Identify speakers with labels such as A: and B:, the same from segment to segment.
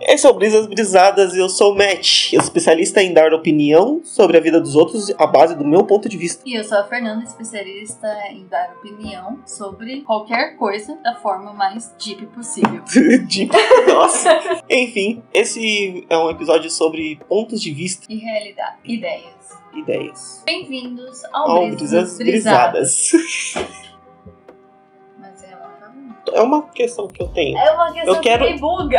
A: Esse é o Brisas Brisadas e eu sou o Matt, especialista em dar opinião sobre a vida dos outros à base do meu ponto de vista.
B: E eu sou a Fernanda, especialista em dar opinião sobre qualquer coisa da forma mais deep possível.
A: De- Nossa! Enfim, esse é um episódio sobre pontos de vista
B: E realidade, ideias.
A: e ideias.
B: Bem-vindos ao
A: Ao Brisas
B: Brisas Brisadas.
A: Brisadas.
B: Mas é uma pergunta.
A: É uma questão que eu tenho.
B: É uma questão
A: Eu quero-
B: que me buga.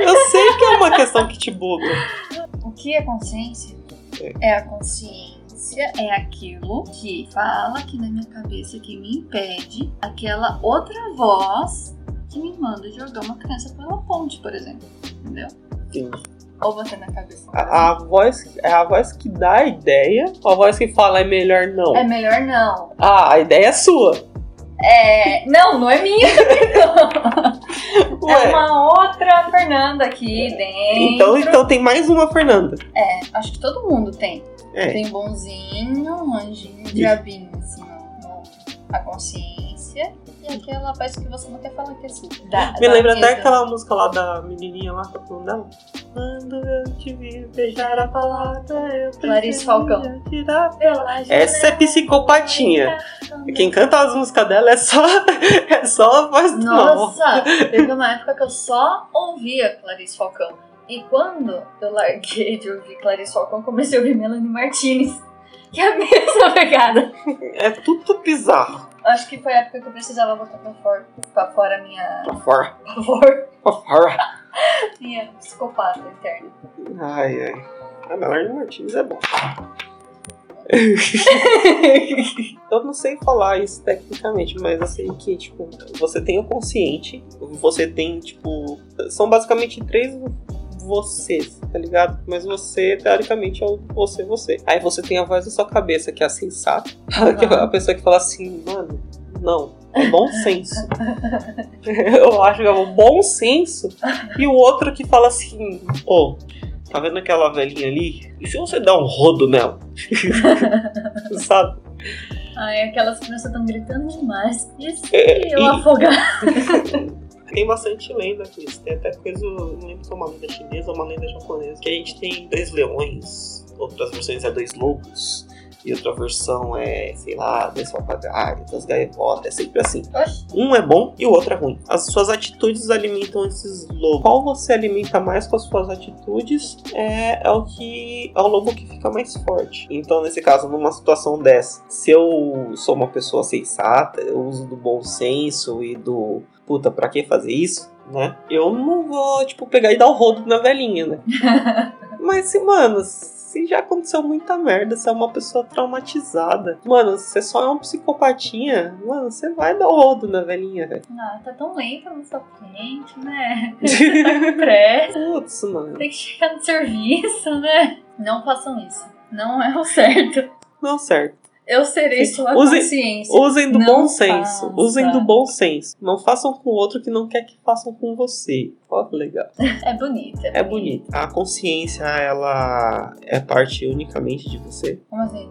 A: Eu sei que é uma questão que te buga.
B: O que é consciência? É a consciência, é aquilo que fala aqui na minha cabeça que me impede aquela outra voz que me manda jogar uma criança pela ponte, por exemplo. Entendeu?
A: Sim.
B: Ou bater na cabeça.
A: A, a voz, é a voz que dá a ideia, ou a voz que fala é melhor não.
B: É melhor não.
A: Ah, a ideia é sua.
B: É. Não, não é minha. é
A: Ué,
B: uma outra Fernanda aqui dentro.
A: então, então tem mais uma Fernanda.
B: Acho que todo mundo tem.
A: É.
B: Tem bonzinho, um anjinho, um diabinho, assim, no, no- a consciência. E aquela voz que você não quer falar que é sua. Da-
A: Me
B: da
A: lembra até
B: vida.
A: aquela música lá da menininha lá, que não dela? Quando eu te vi beijar a palavra, eu
B: Clarice Falcão.
A: tirar
B: Pela
A: Essa é
B: janela,
A: psicopatinha. É Quem canta as músicas dela é só, é só a voz do mal.
B: Nossa, teve uma época que eu só ouvia Clarice Falcão. E quando eu larguei de ouvir Clarice Falcão, comecei a ouvir Melanie Martinez. Que é a mesma pegada.
A: É tudo bizarro.
B: Acho que foi a época que eu precisava botar pra fora, pra fora a minha,
A: Pra fora,
B: pra fora,
A: pra fora.
B: minha psicopata interna.
A: Ai, ai. A Melanie Martins é bom. Eu não sei falar isso tecnicamente, mas eu sei que, tipo, você tem o consciente, você tem, tipo. São basicamente três vocês, tá ligado? Mas você, teoricamente, é o você, você. Aí você tem a voz da sua cabeça, que é a sensata, que é a pessoa que fala assim, mano, não. É bom senso. Eu acho que é o bom senso. E o outro que fala assim, ô, tá vendo aquela velhinha ali? E se você dá um rodo nela? Sabe?
B: Ai, aquelas crianças estão gritando demais. E se
A: É,
B: eu
A: e-
B: afogar?
A: Tem bastante lenda aqui. Tem até coisa, não lembro se é uma lenda chinesa ou uma lenda japonesa. Que a gente tem dois leões, outras versões é dois lobos, e outra versão é, sei lá, dois papagaios, duas gaivotas, é sempre assim.
B: Oxi.
A: Um é bom e o outro é ruim. As suas atitudes alimentam esses lobos. Qual você alimenta mais com as suas atitudes é, é o que é o lobo que fica mais forte. Então, nesse caso, numa situação dessa, se eu sou uma pessoa sensata, eu uso do bom senso e do puta, pra que fazer isso? Né? Eu não vou, tipo, pegar e dar o rodo na velhinha, né? Mas se, mano, se já aconteceu muita merda, você é uma pessoa traumatizada. Mano, você só é um psicopatinha. Mano, você vai dar o rodo na velhinha, velho.
B: Ah, tá tão lenta na sua frente, né? Tá com pressa.
A: Putz, mano.
B: Tem que chegar no serviço, né? Não façam isso. Não é o certo.
A: Não certo.
B: Eu serei sua
A: Usem-
B: consciência.
A: Usem do
B: Não
A: bom senso.
B: faça.
A: Usem do bom senso. Não façam com o outro que não quer que façam com você. Ó, que legal.
B: É bonita.
A: É bonito. A consciência, ela é parte unicamente de você.
B: Como assim?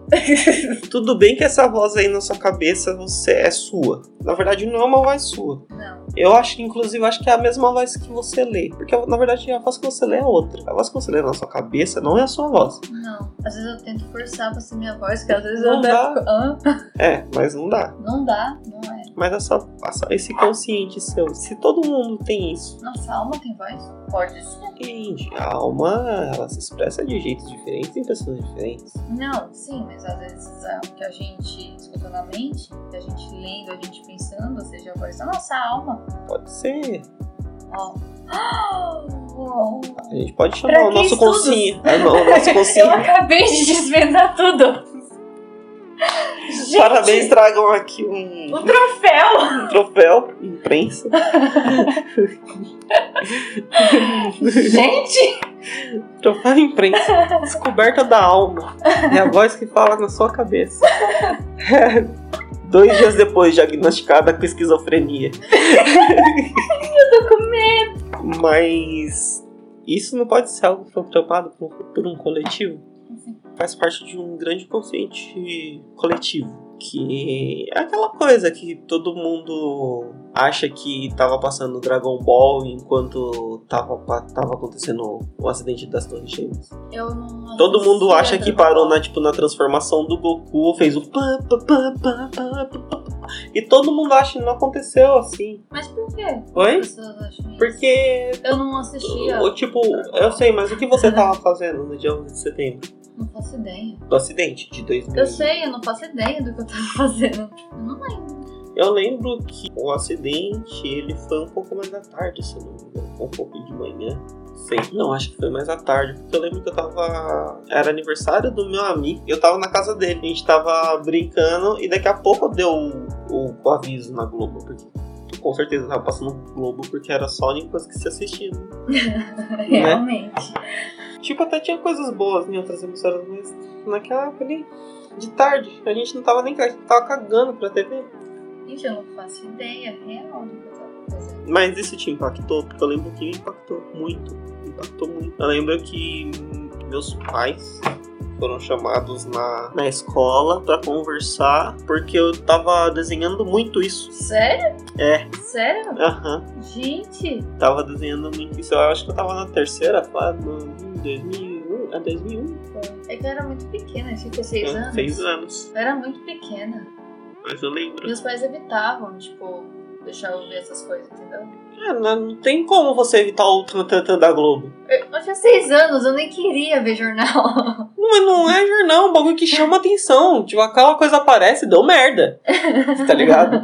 A: Tudo bem que essa voz aí na sua cabeça você é sua. Na verdade, não é uma voz sua.
B: Não.
A: Eu acho que, inclusive, acho que é a mesma voz que você lê. Porque, na verdade, a voz que você lê é outra. A voz que você lê na sua cabeça não é a sua voz.
B: Não. Às vezes eu tento forçar pra ser minha voz, que às vezes eu
A: Não
B: até
A: dá.
B: fico. "Hã?"
A: É, mas não dá.
B: Não dá, não é.
A: Mas essa, essa- esse consciente seu, se todo mundo tem isso,
B: Nossa, a alma tem voz? Pode ser.
A: entende? A alma, ela se expressa de jeitos diferentes em pessoas diferentes.
B: Não, sim, mas às vezes é o que a gente escuta na mente, que a gente lendo, a gente pensando, ou seja, a voz da nossa alma.
A: Pode ser.
B: Ó. Oh.
A: A gente pode
B: Pra
A: chamar o
B: que
A: nosso
B: estudos?
A: consciente. É, não, o nosso
B: Eu
A: consciente.
B: acabei de desvendar tudo. Gente, Uhum.
A: Parabéns, tragam aqui um.
B: O troféu!
A: troféu imprensa.
B: Gente!
A: troféu imprensa. Descoberta da alma. É a voz que fala na sua cabeça. Dois dias depois, diagnosticada com esquizofrenia.
B: Eu tô com medo.
A: Mas isso não pode ser algo preocupado por, por um coletivo. Faz parte de um grande consciente coletivo. que é aquela coisa que todo mundo acha que tava passando Dragon Ball enquanto tava, tava acontecendo o acidente das Torres Gêmeas.
B: Eu não
A: Todo mundo
B: assistia
A: acha que
B: Dragon
A: parou
B: Ball.
A: na, tipo, na transformação do Goku, fez o pá, pá, pá, pá, pá, pá, pá, pá. e todo mundo acha que não aconteceu assim.
B: Mas por quê?
A: Oi?
B: As pessoas acham isso.
A: Porque
B: Eu não assistia.
A: o tipo, eu sei, mas o que você tava fazendo no dia 11 de setembro?
B: Não faço ideia.
A: Do acidente de 2000.
B: Eu sei, eu não faço ideia do que eu tava fazendo. Eu não lembro.
A: Eu lembro que o acidente ele foi um pouco mais à tarde, se eu não me engano, ou um pouco de manhã. Sei. Não, acho que foi mais à tarde, porque eu lembro que eu tava. Era aniversário do meu amigo, eu tava na casa dele, a gente tava brincando e daqui a pouco deu o, o- o aviso na Globo, porque com certeza tava passando Globo porque era só a única coisa que se assistia. né?
B: Realmente.
A: Tipo, até tinha coisas boas em outras emissoras, mas naquela ali, de tarde, a gente não tava nem a gente tava cagando pra TV.
B: Gente, eu não faço ideia real do que eu tava fazendo.
A: Mas isso te impactou? Porque eu lembro que me impactou muito. Me impactou muito. Eu lembro que hum, meus pais foram chamados na, na escola pra conversar porque eu tava desenhando muito isso.
B: Sério?
A: É.
B: Sério?
A: Aham.
B: Gente,
A: Tava desenhando muito isso. Eu acho que eu tava na terceira, lá no em 2001. É 2001?
B: é que eu era muito pequena, eu tinha que ter seis
A: É,
B: anos.
A: Seis anos.
B: Eu era muito pequena.
A: Mas eu lembro.
B: Meus pais evitavam, tipo, deixar eu ver essas coisas, entendeu?
A: É, não, não tem como você evitar o tantantã da Globo.
B: Eu, eu tinha seis anos, eu nem queria ver jornal.
A: Não, é- não é jornal, é um bagulho que chama atenção. Tipo, aquela coisa aparece e deu merda. Tá ligado?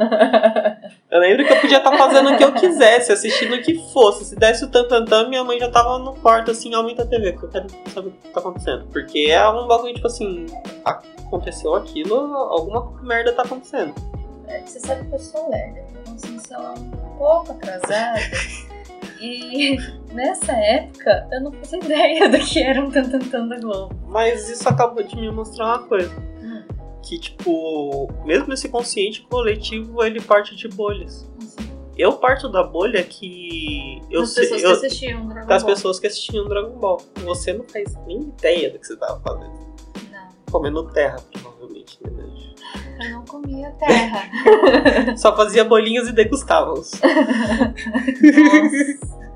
A: Eu lembro que eu podia estar fazendo o que eu quisesse, assistindo o que fosse. Se desse o tantantã, minha mãe já tava no quarto assim, aumenta a TV, porque eu quero saber o que tá acontecendo. Porque é um bagulho, tipo assim, aconteceu aquilo, alguma merda tá acontecendo.
B: Você sabe que eu sou lerda, minha consciência ela é um pouco atrasada. E nessa época eu não fazia ideia do que era um tantantã da Globo.
A: Mas isso acabou de me mostrar uma coisa. Que, tipo, mesmo esse consciente coletivo, ele parte de bolhas. Eu parto da bolha que eu
B: As
A: sei.
B: pessoas
A: eu-
B: que assistiam Dragon
A: das
B: Ball.
A: pessoas que assistiam Dragon Ball. Você não faz nem ideia do que você tava fazendo.
B: Não,
A: Comendo terra, provavelmente, né, Nanjo?
B: eu não comia terra.
A: Só fazia bolinhos e degustava-os.
B: Nossa.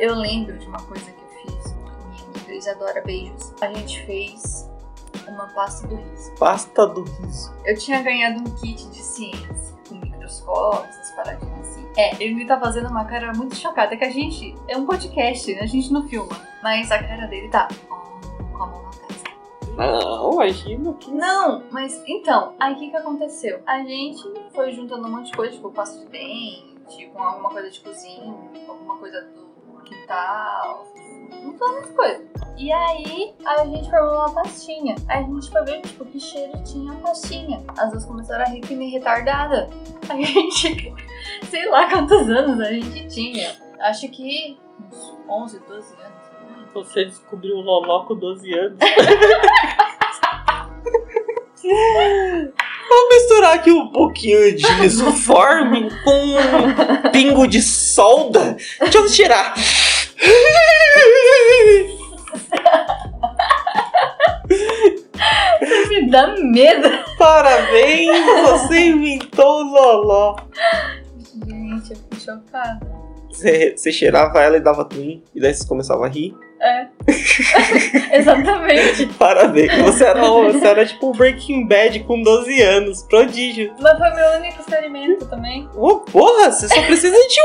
B: Eu lembro de uma coisa que eu fiz com minha amiga Isadora Beijos. A gente fez uma pasta do riso.
A: Pasta do riso.
B: Eu tinha ganhado um kit de ciência com microscópios, essas paradinhas assim. É, ele tá fazendo uma cara muito chocada, que a gente. É um podcast, né? A gente não filma. Mas a cara dele tá. "Hum", Com a mão na testa.
A: Não, imagina que.
B: Não, mas então, aí o que, que aconteceu? A gente foi juntando um monte de coisa, tipo pasta de dente, com alguma coisa de cozinha, com alguma coisa do quintal, um juntando umas coisas. E aí a gente formou uma pastinha. Aí a gente foi ver, tipo, que cheiro tinha a pastinha. As duas começaram a rir que nem retardada. A gente, sei lá quantos anos a gente tinha. Acho que uns 11, 12 anos.
A: Você descobriu o Loló com 12 anos. Vamos misturar aqui um pouquinho de lisoforme com um pingo de solda. Deixa eu tirar.
B: Me dá medo.
A: Parabéns, você inventou o Loló.
B: Gente, eu fiquei chocada.
A: Você, você cheirava ela e dava twin, e daí você começava a rir.
B: É. Exatamente.
A: Parabéns, você era, você era tipo o Breaking Bad com 12 anos, prodígio.
B: Mas foi meu único experimento também.
A: Ô, porra, você só precisa de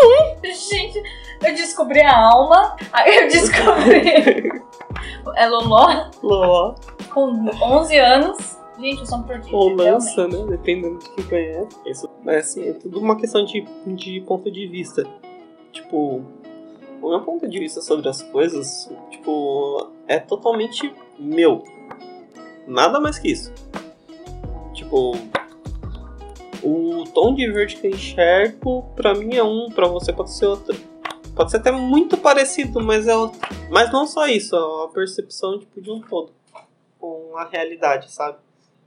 A: um.
B: Gente, eu descobri a alma, aí eu descobri. é Loló,
A: um, Ló,
B: com 11 anos. Gente, eu sou um prodígio.
A: ou lança,
B: realmente.
A: né? Dependendo de quem conhece. Isso, mas assim, é tudo uma questão de, de ponto de vista. Tipo, o meu ponto de vista sobre as coisas, tipo, é totalmente meu. Nada mais que isso. Tipo, o tom de verde que eu enxergo, pra mim é um, pra você pode ser outro. Pode ser até muito parecido, mas é outro. Mas não só isso, é a percepção tipo, de um todo. Com a realidade, sabe?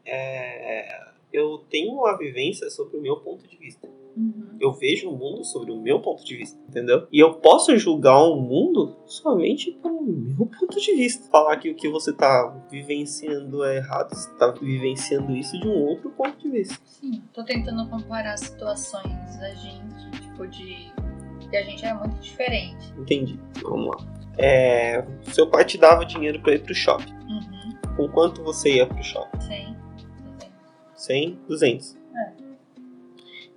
A: É, Eu tenho a vivência sobre o meu ponto de vista.
B: Uhum.
A: Eu vejo o mundo sobre o meu ponto de vista, entendeu? E eu posso julgar o mundo somente pelo meu ponto de vista. Falar que o que você tá vivenciando é errado, você tá vivenciando isso de um outro ponto de vista.
B: Sim, tô tentando comparar situações da gente, tipo, de. que a gente era muito diferente.
A: Entendi. Vamos lá. É, seu pai te dava dinheiro pra ir pro shopping.
B: Uhum,
A: Com quanto você ia pro shopping?
B: sim.
A: 100, 200?
B: É.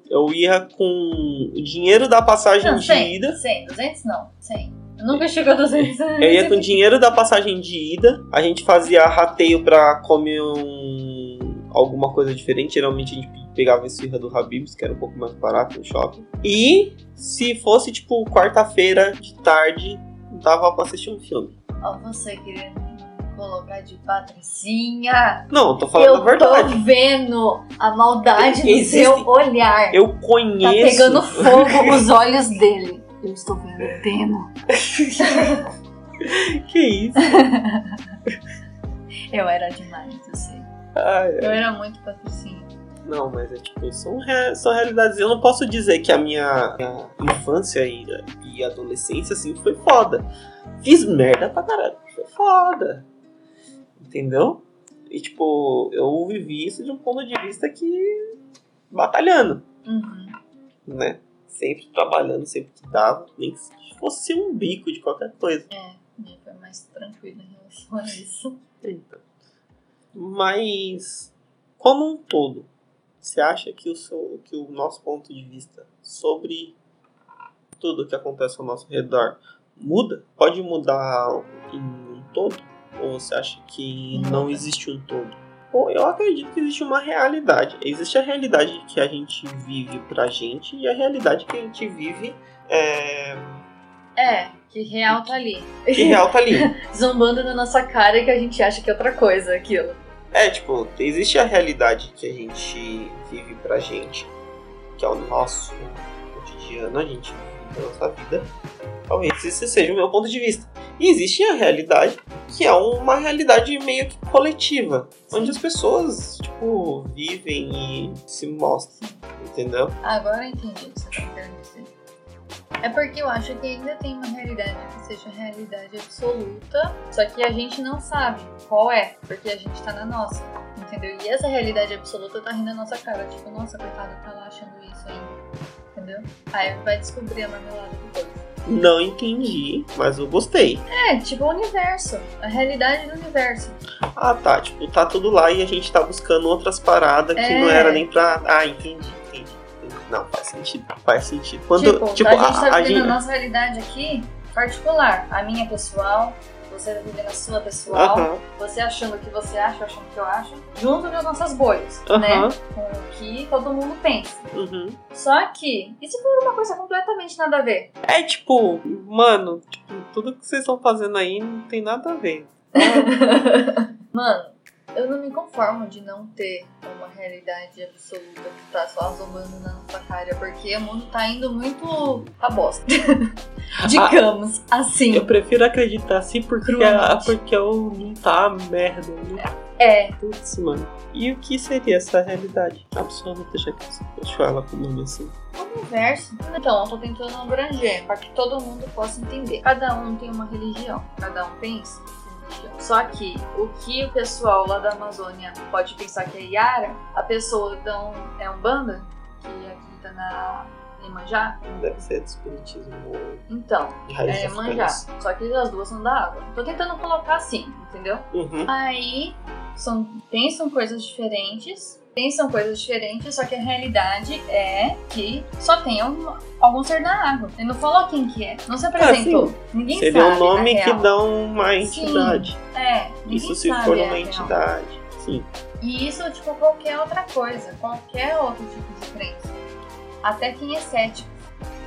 A: Eu ia com o dinheiro da passagem
B: Não,
A: de
B: 100,
A: ida.
B: 100, 200 não, 100. Eu nunca chegou a 200.
A: Eu ia com o dinheiro da passagem de ida. A gente fazia rateio pra comer um, alguma coisa diferente. Geralmente a gente pegava esse esfirra do Habib's, que era um pouco mais barato no shopping. E se fosse tipo quarta-feira de tarde, dava pra assistir um filme.
B: Ó, você querendo me colocar de patricinha.
A: Não, eu tô falando
B: Eu
A: a verdade.
B: tô vendo a maldade no
A: Existe-
B: seu olhar.
A: Eu
B: Tá
A: conheço.
B: pegando fogo os olhos dele. Eu estou vendo pena.
A: Que é isso?
B: Eu era demais, eu sei.
A: Ai,
B: Eu era muito patricinha.
A: Não, mas é tipo, são, rea- são realidades. Eu não posso dizer que a minha, minha infância e, e adolescência, assim, foi foda. Fiz merda pra caralho. Foi foda. Entendeu? E, tipo, eu vivi isso de um ponto de vista que. batalhando,
B: Uhum.
A: né? Sempre trabalhando, sempre que dava. Nem que fosse um bico de qualquer coisa.
B: Minha foi mais tranquila em relação a isso.
A: Então. Mas, como um todo, você acha que o, seu, que o nosso ponto de vista sobre tudo que acontece ao nosso redor muda? Pode mudar em um todo? Ou você acha que não
B: Muda.
A: existe um todo? Bom, eu acredito que existe uma realidade. Existe a realidade que a gente vive pra gente e a realidade que a gente vive é,
B: É, que real tá ali.
A: que real tá ali.
B: Zombando na nossa cara que a gente acha que é outra coisa aquilo.
A: É, tipo, existe a realidade que a gente vive pra gente, que é o nosso cotidiano, a gente vive a nossa vida. Talvez esse seja o meu ponto de vista. E existe a realidade, que é uma realidade meio que coletiva, onde as pessoas, tipo, vivem e se mostram, entendeu?
B: Agora eu entendi o que você tá querendo dizer. É porque eu acho que ainda tem uma realidade que seja realidade absoluta, só que a gente não sabe qual é, porque a gente tá na nossa, entendeu? E essa realidade absoluta tá rindo na nossa cara, tipo, nossa, coitada, tá lá achando isso ainda, entendeu? Aí vai descobrir a marmelada depois.
A: Não entendi, mas eu gostei.
B: É, tipo o universo, a realidade do universo.
A: Ah, tá, tipo, tá tudo lá e a gente tá buscando outras paradas que
B: É.
A: não era nem pra. Ah, entendi, entendi. Não, faz sentido, faz sentido. Quando,
B: tipo,
A: tipo,
B: a gente tá
A: a
B: vivendo
A: gente.
B: a nossa realidade aqui, particular, a minha pessoal, você tá vivendo a sua pessoal.
A: Aham,
B: você achando o que você acha, eu achando o que eu acho, junto com as nossas bolhas,
A: aham,
B: né? Com o que todo mundo pensa.
A: uhum.
B: Só que, e se for uma coisa completamente nada a ver?
A: É tipo, mano, tipo, tudo que vocês estão fazendo aí não tem nada a ver. Ah,
B: Mano, eu não me conformo de não ter uma realidade absoluta que tá só zombando na nossa cara, porque o mundo tá indo muito a bosta. Digamos assim.
A: eu prefiro acreditar assim porque,
B: Cruelmente.
A: porque eu não tá merda. eu Não, tá
B: É,
A: putz, mano. E o que seria essa realidade absoluta, já que você deixou ela como nome assim?
B: o universo. Então, eu tô tentando abranger para que todo mundo possa entender. Cada um tem uma religião, cada um pensa. em religião. Só que o que o pessoal lá da Amazônia pode pensar que é Yara, a pessoa então é um banda que aqui tá na Iemanjá.
A: Deve ser do espiritismo ou
B: Então,
A: de
B: é
A: raiz
B: Iemanjá.
A: africanas.
B: Só que as duas são da água. Tô tentando colocar assim, entendeu?
A: Uhum.
B: Aí são, pensam coisas diferentes, pensam coisas diferentes, só que a realidade é que só tem algum, algum ser na água. Ele não falou quem que é, não se apresentou. ninguém
A: Ah, Seria
B: sabe.
A: um nome
B: na
A: que
B: real.
A: dá uma
B: Sim,
A: entidade.
B: É, ninguém
A: Isso se
B: sabe
A: for
B: a
A: uma
B: real.
A: entidade. Sim.
B: E isso, tipo, qualquer outra coisa, qualquer outro tipo de crença. Até quem é cético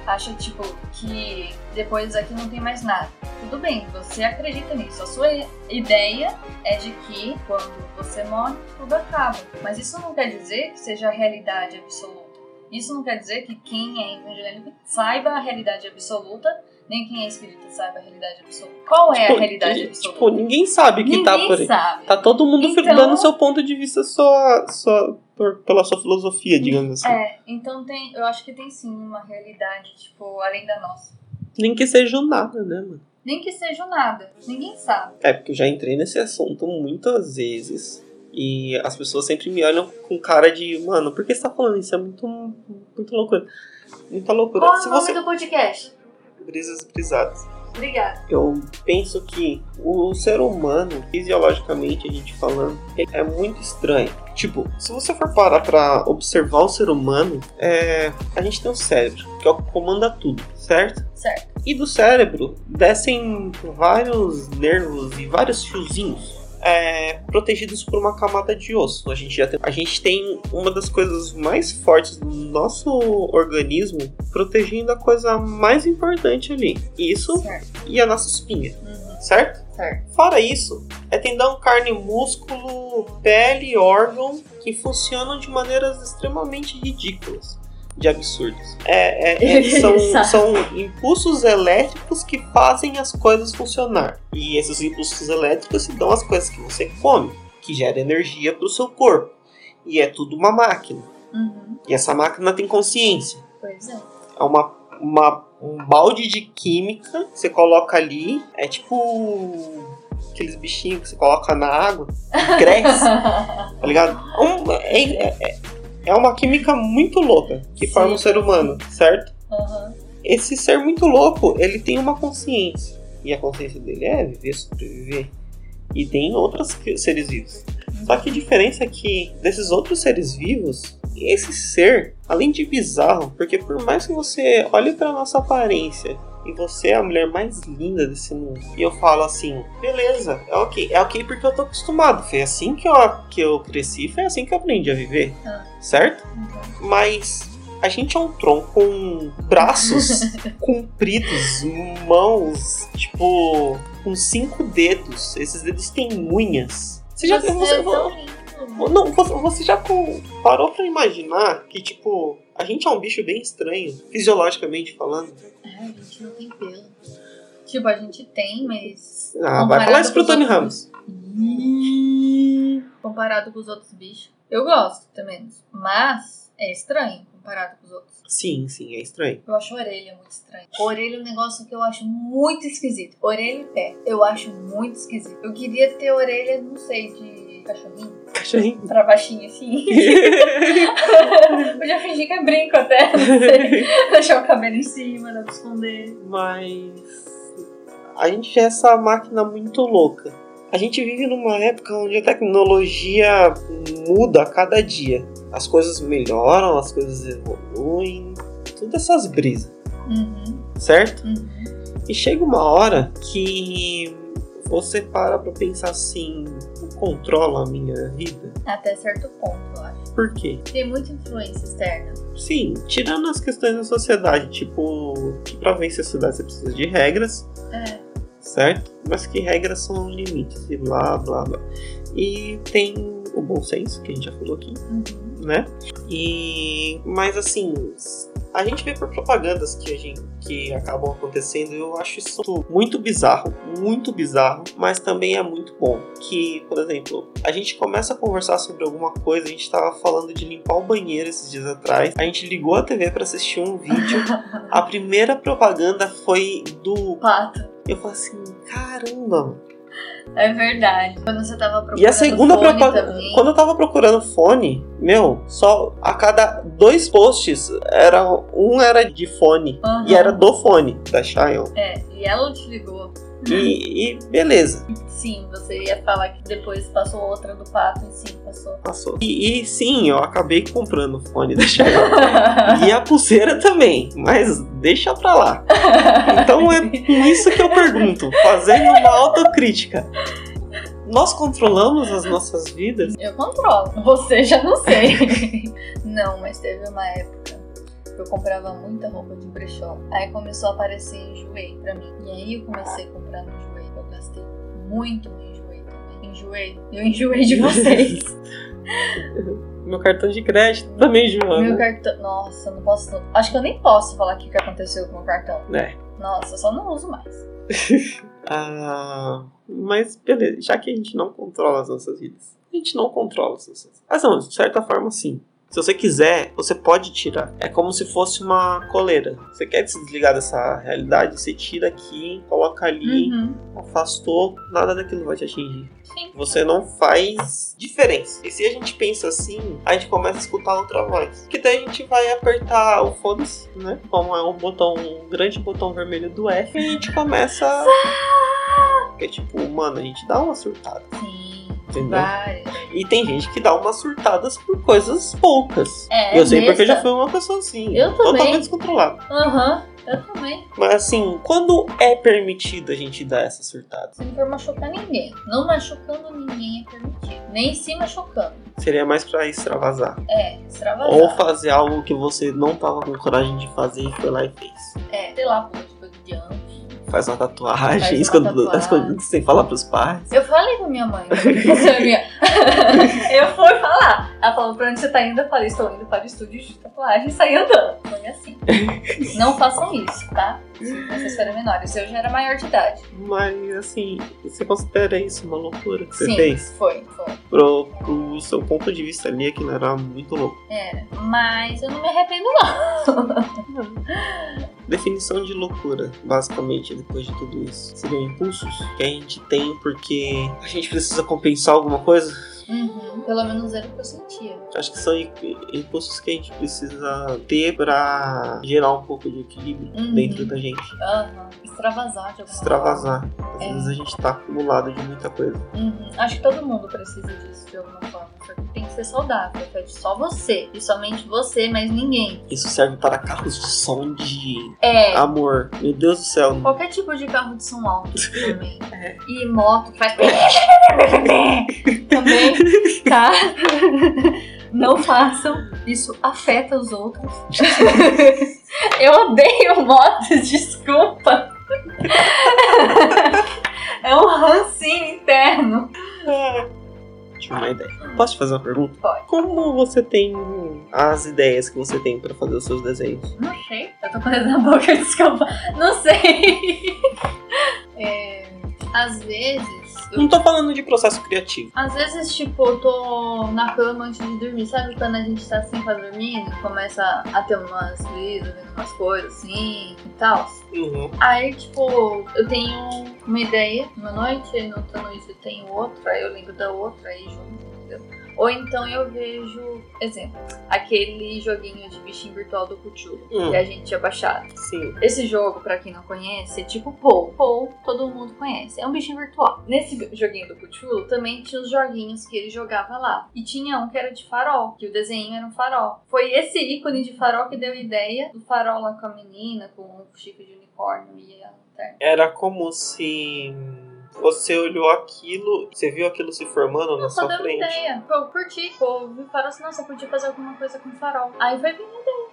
B: acha, tipo, que depois aqui não tem mais nada. Tudo bem, você acredita nisso. A sua ideia é de que quando você morre, tudo acaba. Mas isso não quer dizer que seja a realidade absoluta. Isso não quer dizer que quem é evangélico saiba a realidade absoluta, nem quem é espírita saiba a realidade absoluta. Qual é a
A: Tipo,
B: realidade
A: e,
B: absoluta?
A: Tipo, ninguém sabe que tá
B: Ninguém
A: por aí.
B: sabe.
A: Tá todo mundo
B: Então-
A: dando seu ponto de vista, sua, sua por, pela sua filosofia, digamos assim.
B: É, então tem, eu acho que tem sim uma realidade, tipo, além da nossa.
A: Nem que seja o nada, né, mano?
B: Nem que seja o nada, ninguém sabe.
A: É, porque eu já entrei nesse assunto muitas vezes. E as pessoas sempre me olham com cara de, mano, por que você tá falando isso? É muito, muito loucura. Muita loucura.
B: Qual é o
A: Se
B: nome
A: você.
B: do podcast?
A: Brisas brisadas.
B: Obrigada.
A: Eu penso que o ser humano, fisiologicamente a gente falando, é é muito estranho. Tipo, se você for parar pra observar o ser humano, é... a gente tem um cérebro, que é o que comanda tudo, certo?
B: Certo.
A: E do cérebro descem vários nervos e vários fiozinhos. é, protegidos por uma camada de osso. A gente, já tem, a gente tem uma das coisas mais fortes do nosso organismo protegendo a coisa mais importante ali. Isso
B: Certo.
A: e a nossa espinha,
B: Uhum.
A: certo?
B: Certo.
A: Fora isso, é tendão, carne, músculo, pele, órgão que funcionam de maneiras extremamente ridículas, de absurdas. É, é, é, são,
B: Exato.
A: são impulsos elétricos que fazem as coisas funcionar. E esses impulsos elétricos se dão às coisas que você come, que gera energia para o seu corpo. E é tudo uma máquina.
B: Uhum.
A: E essa máquina tem consciência
B: Pois é.
A: é uma, uma- um balde de química que você coloca ali. É tipo aqueles bichinhos que você coloca na água e cresce, tá ligado? Um- é, é- é uma química muito louca que
B: Sim.
A: forma um ser humano, certo?
B: Uhum.
A: Esse ser muito louco, ele tem uma consciência. E a consciência dele é viver, sobreviver. E tem outros que- seres vivos. Só que a diferença é que desses outros seres vivos, esse ser, além de bizarro, porque por mais que você olhe pra nossa aparência e você é a mulher mais linda desse mundo, e eu falo assim, beleza, é ok, é ok porque eu tô acostumado, foi assim que eu, que eu cresci, foi assim que eu aprendi a viver,
B: Ah.
A: certo?
B: Uhum.
A: Mas a gente é um tronco com braços compridos, mãos, tipo, com cinco dedos, esses dedos têm unhas. Você já
B: Você é
A: você-
B: tão lindo.
A: não, você, você já com- parou pra imaginar que, tipo, a gente é um bicho bem estranho, fisiologicamente falando?
B: Ai, a gente não tem pelo. Tipo, a gente tem, mas.
A: Ah, vai falar isso pro Tony Ramos.
B: Ih, Comparado com os outros bichos. Eu gosto também. Mas é estranho comparado com os outros.
A: Sim, sim, é estranho.
B: Eu acho a orelha muito estranha. Orelha é um negócio que eu acho muito esquisito. Orelha e pé. Eu acho muito esquisito. Eu queria ter orelha, não sei, de cachorrinho.
A: Cachorrinho.
B: Pra baixinho assim. eu já fingi que é brinco até. Não sei. Deixar o cabelo em cima, dá pra esconder.
A: Mas a gente é essa máquina muito louca. A gente vive numa época onde a tecnologia muda a cada dia. As coisas melhoram, as coisas evoluem, todas essas brisas,
B: Uhum,
A: certo?
B: uhum.
A: E chega uma hora que você para pra pensar assim, eu controlo a minha vida?
B: Até certo ponto, eu acho.
A: Por quê?
B: Tem muita influência externa.
A: Sim, tirando as questões da sociedade, tipo, que pra vencer a sociedade você precisa de regras,
B: É.
A: certo? Mas que regras são limites e blá blá blá. E tem o bom senso, que a gente já falou aqui,
B: Uhum.
A: né? E mas assim, a gente vê por propagandas que a gente que acabam acontecendo, eu acho isso muito bizarro, muito bizarro, mas também é muito bom. Que, por exemplo, a gente começa a conversar sobre alguma coisa, a gente tava falando de limpar o banheiro esses dias atrás, a gente ligou a TV pra assistir um vídeo. A primeira propaganda foi do,
B: Pato.
A: eu falei assim, caramba, mano.
B: É verdade. Quando você tava procurando
A: E a segunda
B: fone
A: propaganda.
B: também.
A: Quando eu tava procurando fone, meu, só a cada dois posts era um era de fone.
B: Aham.
A: E era do fone da Xiaomi.
B: É, e ela te ligou.
A: E, e beleza,
B: Sim, você ia falar que depois passou outra do pato e sim, passou.
A: passou. E, e sim, eu acabei comprando o fone da Xiaomi. e a pulseira também, mas deixa pra lá. Então é com isso que eu pergunto, fazendo uma autocrítica. Nós controlamos as nossas vidas?
B: Eu controlo. Você já não sei. não, mas teve uma época que eu comprava muita roupa de brechó. Aí começou a aparecer enjoei pra mim. E aí eu comecei a comprar no enjoei. Eu gastei muito no enjoei também. Enjoei. Eu enjoei de vocês.
A: Meu cartão de crédito também,
B: Meu
A: Joana.
B: cartão. Nossa, eu não posso. Acho que eu nem posso falar o que que aconteceu com o meu cartão.
A: É.
B: Nossa, eu só não uso mais.
A: Ah, mas beleza, já que a gente não controla as nossas vidas, A gente não controla essas sensações. Mas não, de certa forma, sim. Se você quiser, você pode tirar. É como se fosse uma coleira. Você quer se desligar dessa realidade? Você tira aqui, coloca ali,
B: Uhum.
A: afastou, nada daquilo vai te atingir.
B: Sim.
A: Você não faz diferença. E se a gente pensa assim, a gente começa a escutar outra voz. Que daí a gente vai apertar o foda-se, né? Como é um botão, um grande botão vermelho do F, e a gente começa. Porque, tipo, mano, a gente dá uma surtada.
B: Sim.
A: Entendeu?
B: Várias.
A: E tem gente que dá umas surtadas por coisas poucas.
B: É,
A: eu sei porque eu
B: besta.
A: já fui uma pessoa assim.
B: Eu também.
A: Totalmente descontrolada.
B: Aham, eu também.
A: Mas assim, quando é permitido a gente dar essa surtada?
B: Se não for machucar ninguém. Não machucando ninguém é permitido. Nem se machucando.
A: Seria mais pra extravasar.
B: É, extravasar.
A: Ou fazer algo que você não tava com coragem de fazer e foi lá e fez.
B: É, sei lá, pula de bug jump.
A: Faz uma tatuagem,
B: Faz uma
A: esconde,
B: tatuagem.
A: esconde- sem falar pros pais.
B: Eu falei pra minha mãe. minha- eu fui falar. Ela falou pra onde você tá indo. Eu falei, estou indo para o estúdio de tatuagem e saí andando. Foi assim. Não façam isso, tá? Se vocês forem menores. Eu já era maior de idade.
A: Mas assim, você considera isso uma loucura que você
B: Sim,
A: fez?
B: foi, foi.
A: Pro, pro seu ponto de vista ali, aquilo era muito louco.
B: Era. É, Mas eu não me arrependo, não.
A: Definição de loucura, basicamente, depois de tudo isso. Seriam impulsos que a gente tem porque a gente precisa compensar alguma coisa.
B: Uhum. Pelo menos era o que eu sentia.
A: Acho que são i- impulsos que a gente precisa ter pra gerar um pouco de equilíbrio
B: Uhum.
A: dentro da gente.
B: Aham. Extravasar de alguma
A: extravasar. Às
B: É.
A: vezes a gente tá acumulado de muita coisa.
B: Uhum. Acho que todo mundo precisa disso de alguma forma. Só que tem que ser saudável. Fede só você. E somente você, mas ninguém.
A: Isso serve para carros de som de
B: É.
A: amor. Meu Deus do céu.
B: Qualquer tipo de carro de som alto também.
A: É.
B: E moto que faz. também, tá? Não façam. Isso afeta os outros. Eu odeio motos, desculpa. É um rancinho interno.
A: É. Tive uma ideia. Posso te fazer uma pergunta?
B: Pode.
A: Como você tem as ideias que você tem pra fazer os seus desenhos?
B: Não sei. Eu tô com a boca, desculpa. Não sei. É, às vezes. eu
A: Não tô falando de processo criativo.
B: Às vezes, tipo, eu tô na cama antes de dormir. Sabe quando a gente tá assim pra dormir e começa a ter umas brisas, vendo umas coisas assim e tal?
A: Uhum.
B: Aí, tipo, eu tenho uma ideia uma noite, aí na outra noite eu tenho outra, aí eu lembro da outra, aí junto, entendeu? Ou então eu vejo, exemplo, aquele joguinho de bichinho virtual do Cthulhu
A: Hum.
B: que a gente tinha baixado.
A: Sim.
B: Esse jogo, pra quem não conhece, é tipo Pou. Pou, todo mundo conhece. É um bichinho virtual. Nesse joguinho do Cthulhu, também tinha os joguinhos que ele jogava lá. E tinha um que era de farol, que o desenho era um farol. Foi esse ícone de farol que deu a ideia do farol lá com a menina, com o Chico de unicórnio e a lanterna.
A: Era como se você olhou aquilo, você viu aquilo se formando na
B: Só
A: sua
B: deu uma
A: frente.
B: ideia. Pô, eu curti. Pô, eu vi farol assim, nossa, eu podia fazer alguma coisa com farol. Aí foi vindo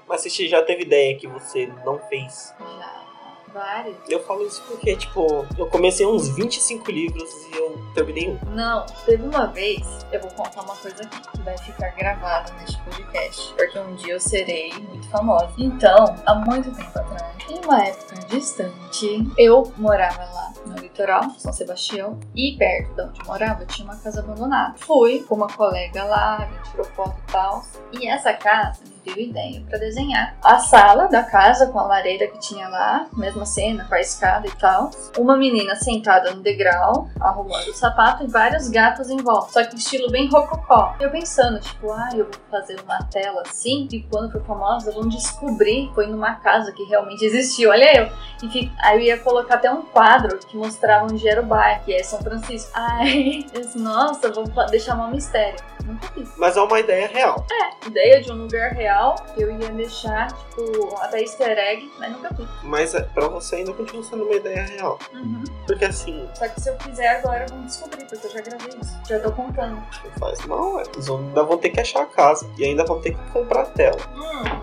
A: Mas você já teve ideia que você não fez.
B: já. Vários.
A: Eu falo isso porque, tipo, eu comecei uns 25 livros e eu terminei um.
B: Não, teve uma vez, eu vou contar uma coisa aqui que vai ficar gravada neste podcast, porque um dia eu serei muito famosa. Então, há muito tempo atrás, em uma época distante, eu morava lá no litoral, São Sebastião, e perto de onde eu morava tinha uma casa abandonada. Fui com uma colega lá, a gente tirou foto e tal, e essa casa me deu ideia pra desenhar a sala da casa com a lareira que tinha lá, mesma cena, com a escada e tal. Uma menina sentada no degrau, arrumando o sapato e vários gatos em volta. Só que estilo bem rococó. Eu pensando, tipo, ah, eu vou fazer uma tela assim e quando for famosa vão descobrir. Foi numa casa que realmente existiu, olha eu. E fi- aí eu ia colocar até um quadro que mostrava onde era o bairro, que é São Francisco. Ai, eu disse, nossa, vou fa- deixar um mistério. Nunca fiz
A: Mas é uma ideia real.
B: ideia de um lugar real que eu ia deixar, tipo, até easter egg, mas nunca fiz.
A: Mas é- pra você ainda continua sendo uma ideia real.
B: Uhum.
A: Porque assim,
B: Só que se eu fizer agora, vão descobrir, porque eu já gravei isso. Já tô contando.
A: não faz mal, ué. Eles vão- ainda vão ter que achar a casa. E ainda vão ter que comprar a tela.
B: Uhum.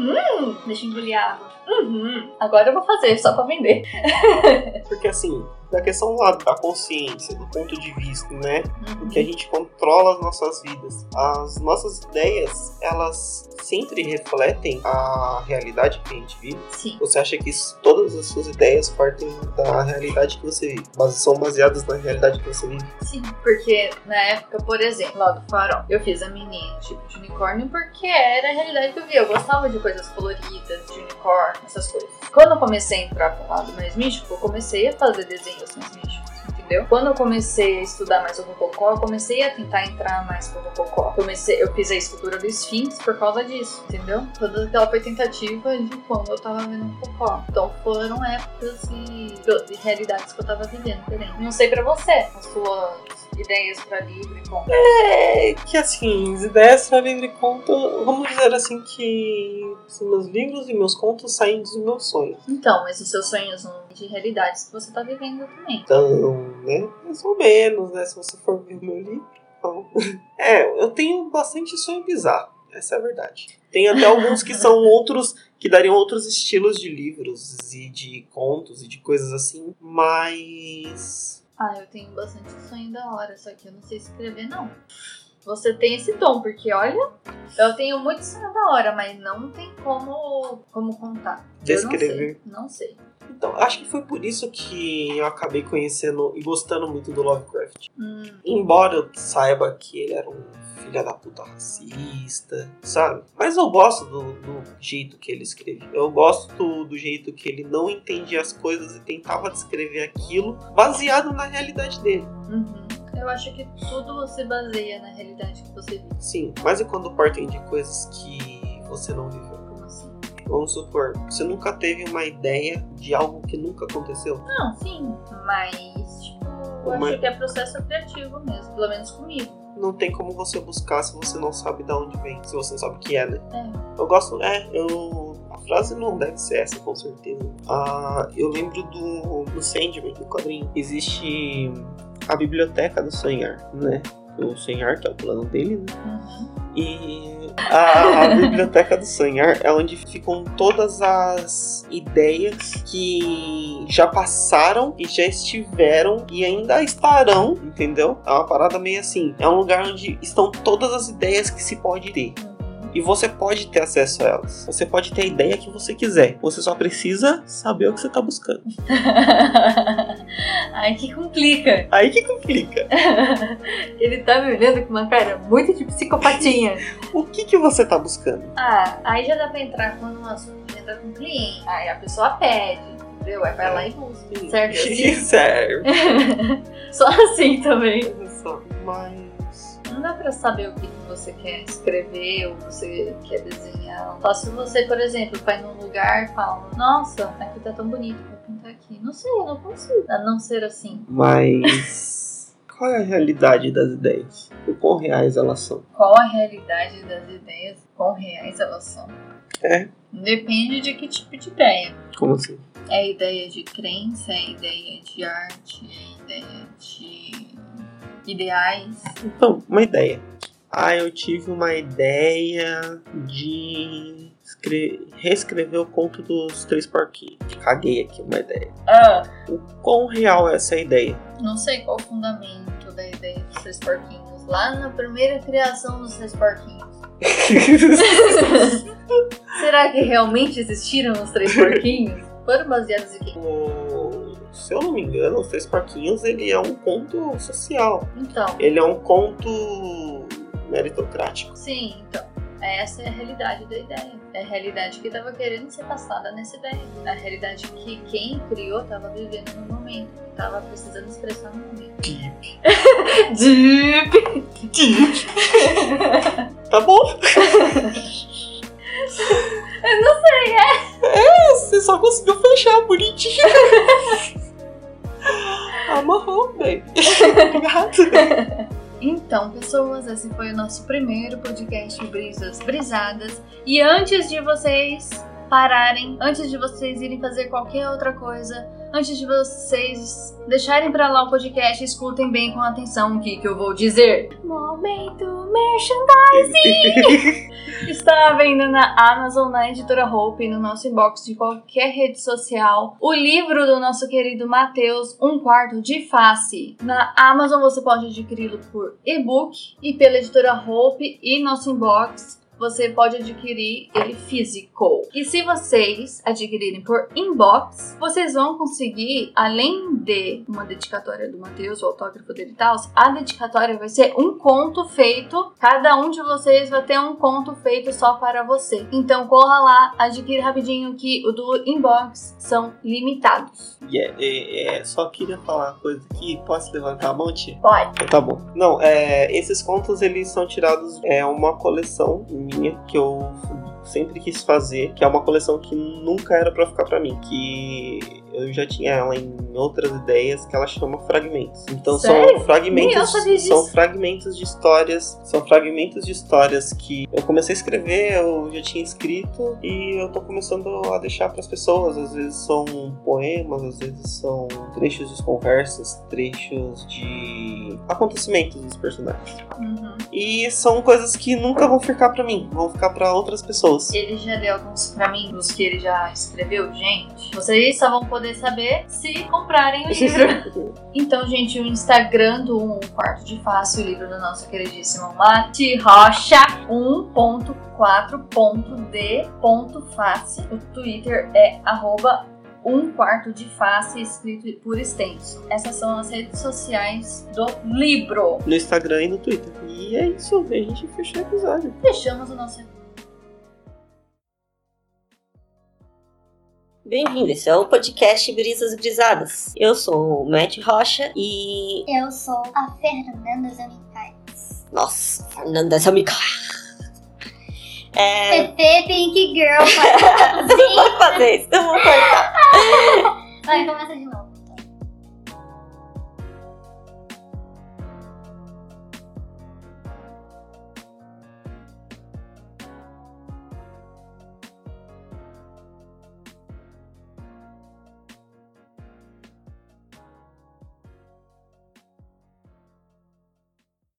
B: Uhum. Deixa eu engolir água. Uhum. Agora eu vou fazer, só pra vender.
A: Porque assim, da questão lá da consciência, do ponto de vista, né?
B: Uhum.
A: Porque a gente controla as nossas vidas. As nossas ideias, elas sempre refletem a realidade que a gente vive.
B: Sim.
A: Você acha que isso- todas as suas ideias partem da realidade que você vive, mas são baseadas na realidade que você vive?
B: Sim, porque na época, por exemplo, lá do farol, eu fiz a menina tipo de unicórnio porque era a realidade que eu via. Eu gostava de coisas coloridas, de unicórnio, essas coisas. Quando eu comecei a entrar pro lado mais místico, eu comecei a fazer desenhos mais místicos. Entendeu? Quando eu comecei a estudar mais o Rococó, eu comecei a tentar entrar mais pro Rococó. Comecei, eu fiz a escultura do Esfinx por causa disso, entendeu? Toda aquela foi tentativa de quando eu tava vendo o Rococó. Então foram épocas e de realidades que eu tava vivendo também. Não sei pra você, as suas ideias pra livro e compra.
A: É que assim, as ideias para livre conta, vamos dizer assim que os meus livros e meus contos saem dos meus sonhos.
B: Então, mas os seus sonhos são de realidades que você tá vivendo também.
A: Então, né? Mais ou menos, né? Se você for ver o meu livro. Então. É, eu tenho bastante sonho bizarro. Essa é a verdade. Tem até alguns que são outros. que dariam outros estilos de livros e de contos e de coisas assim. Mas.
B: Ah, eu tenho bastante sonho da hora, só que eu não sei escrever, não. Você tem esse dom, porque olha, eu tenho muito sonho da hora, mas não tem como, como contar.
A: Descrever.
B: Eu não sei, não sei.
A: Então, acho que foi por isso que eu acabei conhecendo e gostando muito do Lovecraft.
B: Hum,
A: Embora eu saiba que ele era um filho da puta racista, sabe? Mas eu gosto do, do jeito que ele escreve. Eu gosto do jeito que ele não entendia as coisas e tentava descrever aquilo baseado na realidade dele.
B: uhum. Eu acho que tudo se baseia na realidade que você vive.
A: Sim, mas e quando partem de coisas que você não viveu?
B: Como assim?
A: Vamos supor, você nunca teve uma ideia de algo que nunca aconteceu?
B: Não, sim, mas tipo, eu
A: Mas-
B: acho que é processo criativo mesmo, pelo menos comigo.
A: Não tem como você buscar se você não sabe de onde vem, se você não sabe o que é, né?
B: É.
A: Eu gosto, é, eu. A frase não deve ser essa, com certeza. Ah, eu lembro do, do Sandman, do quadrinho. Existe a biblioteca do Sonhar, né? O Sonhar, que é o plano dele, né?
B: Uhum.
A: E a, a biblioteca do Sonhar é onde ficam todas as ideias que já passaram e já estiveram e ainda estarão, entendeu? É uma parada meio assim. É um lugar onde estão todas as ideias que se pode ter.
B: Uhum.
A: E você pode ter acesso a elas. Você pode ter a ideia que você quiser. Você só precisa saber o que você tá buscando.
B: Ai, que complica.
A: Aí que complica.
B: Ele tá me olhando com uma cara muito de psicopatinha.
A: O que, que você tá buscando?
B: Ah, aí já dá pra entrar quando o assunto entra com o cliente. Aí a pessoa pede, entendeu? Aí vai Ah, lá e busca. Certo? Assim.
A: Serve.
B: Só assim também.
A: Olha só, Mas.
B: Não dá pra saber o que que você quer escrever ou você quer desenhar. Só se você, por exemplo, vai num lugar e fala: Nossa, aqui tá tão bonito, vou pintar aqui. Não sei, eu não consigo. A não ser assim.
A: Mas. Qual é a realidade das ideias? O quão reais elas são?
B: Qual a realidade das ideias? Quão reais elas são?
A: É.
B: Depende de que tipo de ideia.
A: Como assim?
B: É ideia de crença, é ideia de arte, é ideia de ideais.
A: Então, uma ideia. Ah, eu tive uma ideia de escre- reescrever o conto dos três porquinhos. Caguei aqui uma ideia.
B: Ah,
A: O quão real é essa ideia?
B: não sei qual o fundamento da ideia dos três porquinhos. Lá na primeira criação dos três porquinhos. Será que realmente existiram os três porquinhos? Foram baseados em quê?
A: O- se eu não me engano, Os Três Porquinhos ele é um conto social.
B: Então,
A: Ele é um conto meritocrático.
B: sim, então. Essa é a realidade da ideia. É a realidade que estava querendo ser passada nessa ideia. A realidade que quem criou estava vivendo no momento. Estava precisando expressar no momento. Deep. Deep.
A: Tá bom? eu não sei, é. É, você só conseguiu fechar bonitinho. Amarrou, velho. Obrigado.
B: Então, pessoas, esse foi o nosso primeiro podcast Brisas Brisadas. E antes de vocês pararem, antes de vocês irem fazer qualquer outra coisa, Antes de vocês deixarem pra lá o podcast, escutem bem com atenção o que, que eu vou dizer. Momento merchandising! Está à venda na Amazon, na editora Hope, no nosso inbox de qualquer rede social. O livro do nosso querido Matheus, Um Quarto de Face. Na Amazon você pode adquiri-lo por e-book e pela editora Hope e nosso inbox você pode adquirir ele físico. E se vocês adquirirem por inbox, vocês vão conseguir, além de uma dedicatória do Matheus, o autógrafo dele e tal, a dedicatória vai ser um conto feito. Cada um de vocês vai ter um conto feito só para você. Então corra lá, adquire rapidinho que o do inbox são limitados.
A: E é- é- é, só queria falar uma coisa aqui. Posso levantar a mão, tia?
B: Pode.
A: Tá bom. Não, é, esses contos eles são tirados é uma coleção minha que eu sempre quis fazer, que é uma coleção que nunca era pra ficar pra mim, que eu já tinha ela em outras ideias que ela chama fragmentos. Então
B: Sério?
A: são fragmentos,
B: Nem eu sabia disso.
A: são fragmentos de histórias, são fragmentos de histórias que eu comecei a escrever, eu já tinha escrito e eu tô começando a deixar pras pessoas. Às vezes são poemas, às vezes são trechos de conversas, trechos de acontecimentos dos personagens.
B: Uhum.
A: E são coisas que nunca vão ficar pra mim, vão ficar pra outras pessoas.
B: Ele já deu alguns pra mim, dos que ele já escreveu, gente. Vocês só vão poder saber se comprarem o livro. Então, gente, o Instagram do Um Quarto de Fácil, o livro do nosso queridíssimo Mati Rocha, 1.4.d.face. O Twitter é arroba um quarto de face escrito por extenso. Essas são as redes sociais do livro.
A: no Instagram e no Twitter. E é isso, a gente fechou o episódio.
B: Fechamos o nosso
C: Bem-vindo, esse é o podcast Brisas Brisadas. Eu sou o Matt Rocha e.
D: Eu sou a Fernanda Zamicai.
C: Nossa, Fernanda, essa me É.
D: Pepe Pink Girl. vai.
C: Pode fazer isso, eu vou cortar.
D: Vai, começa de novo.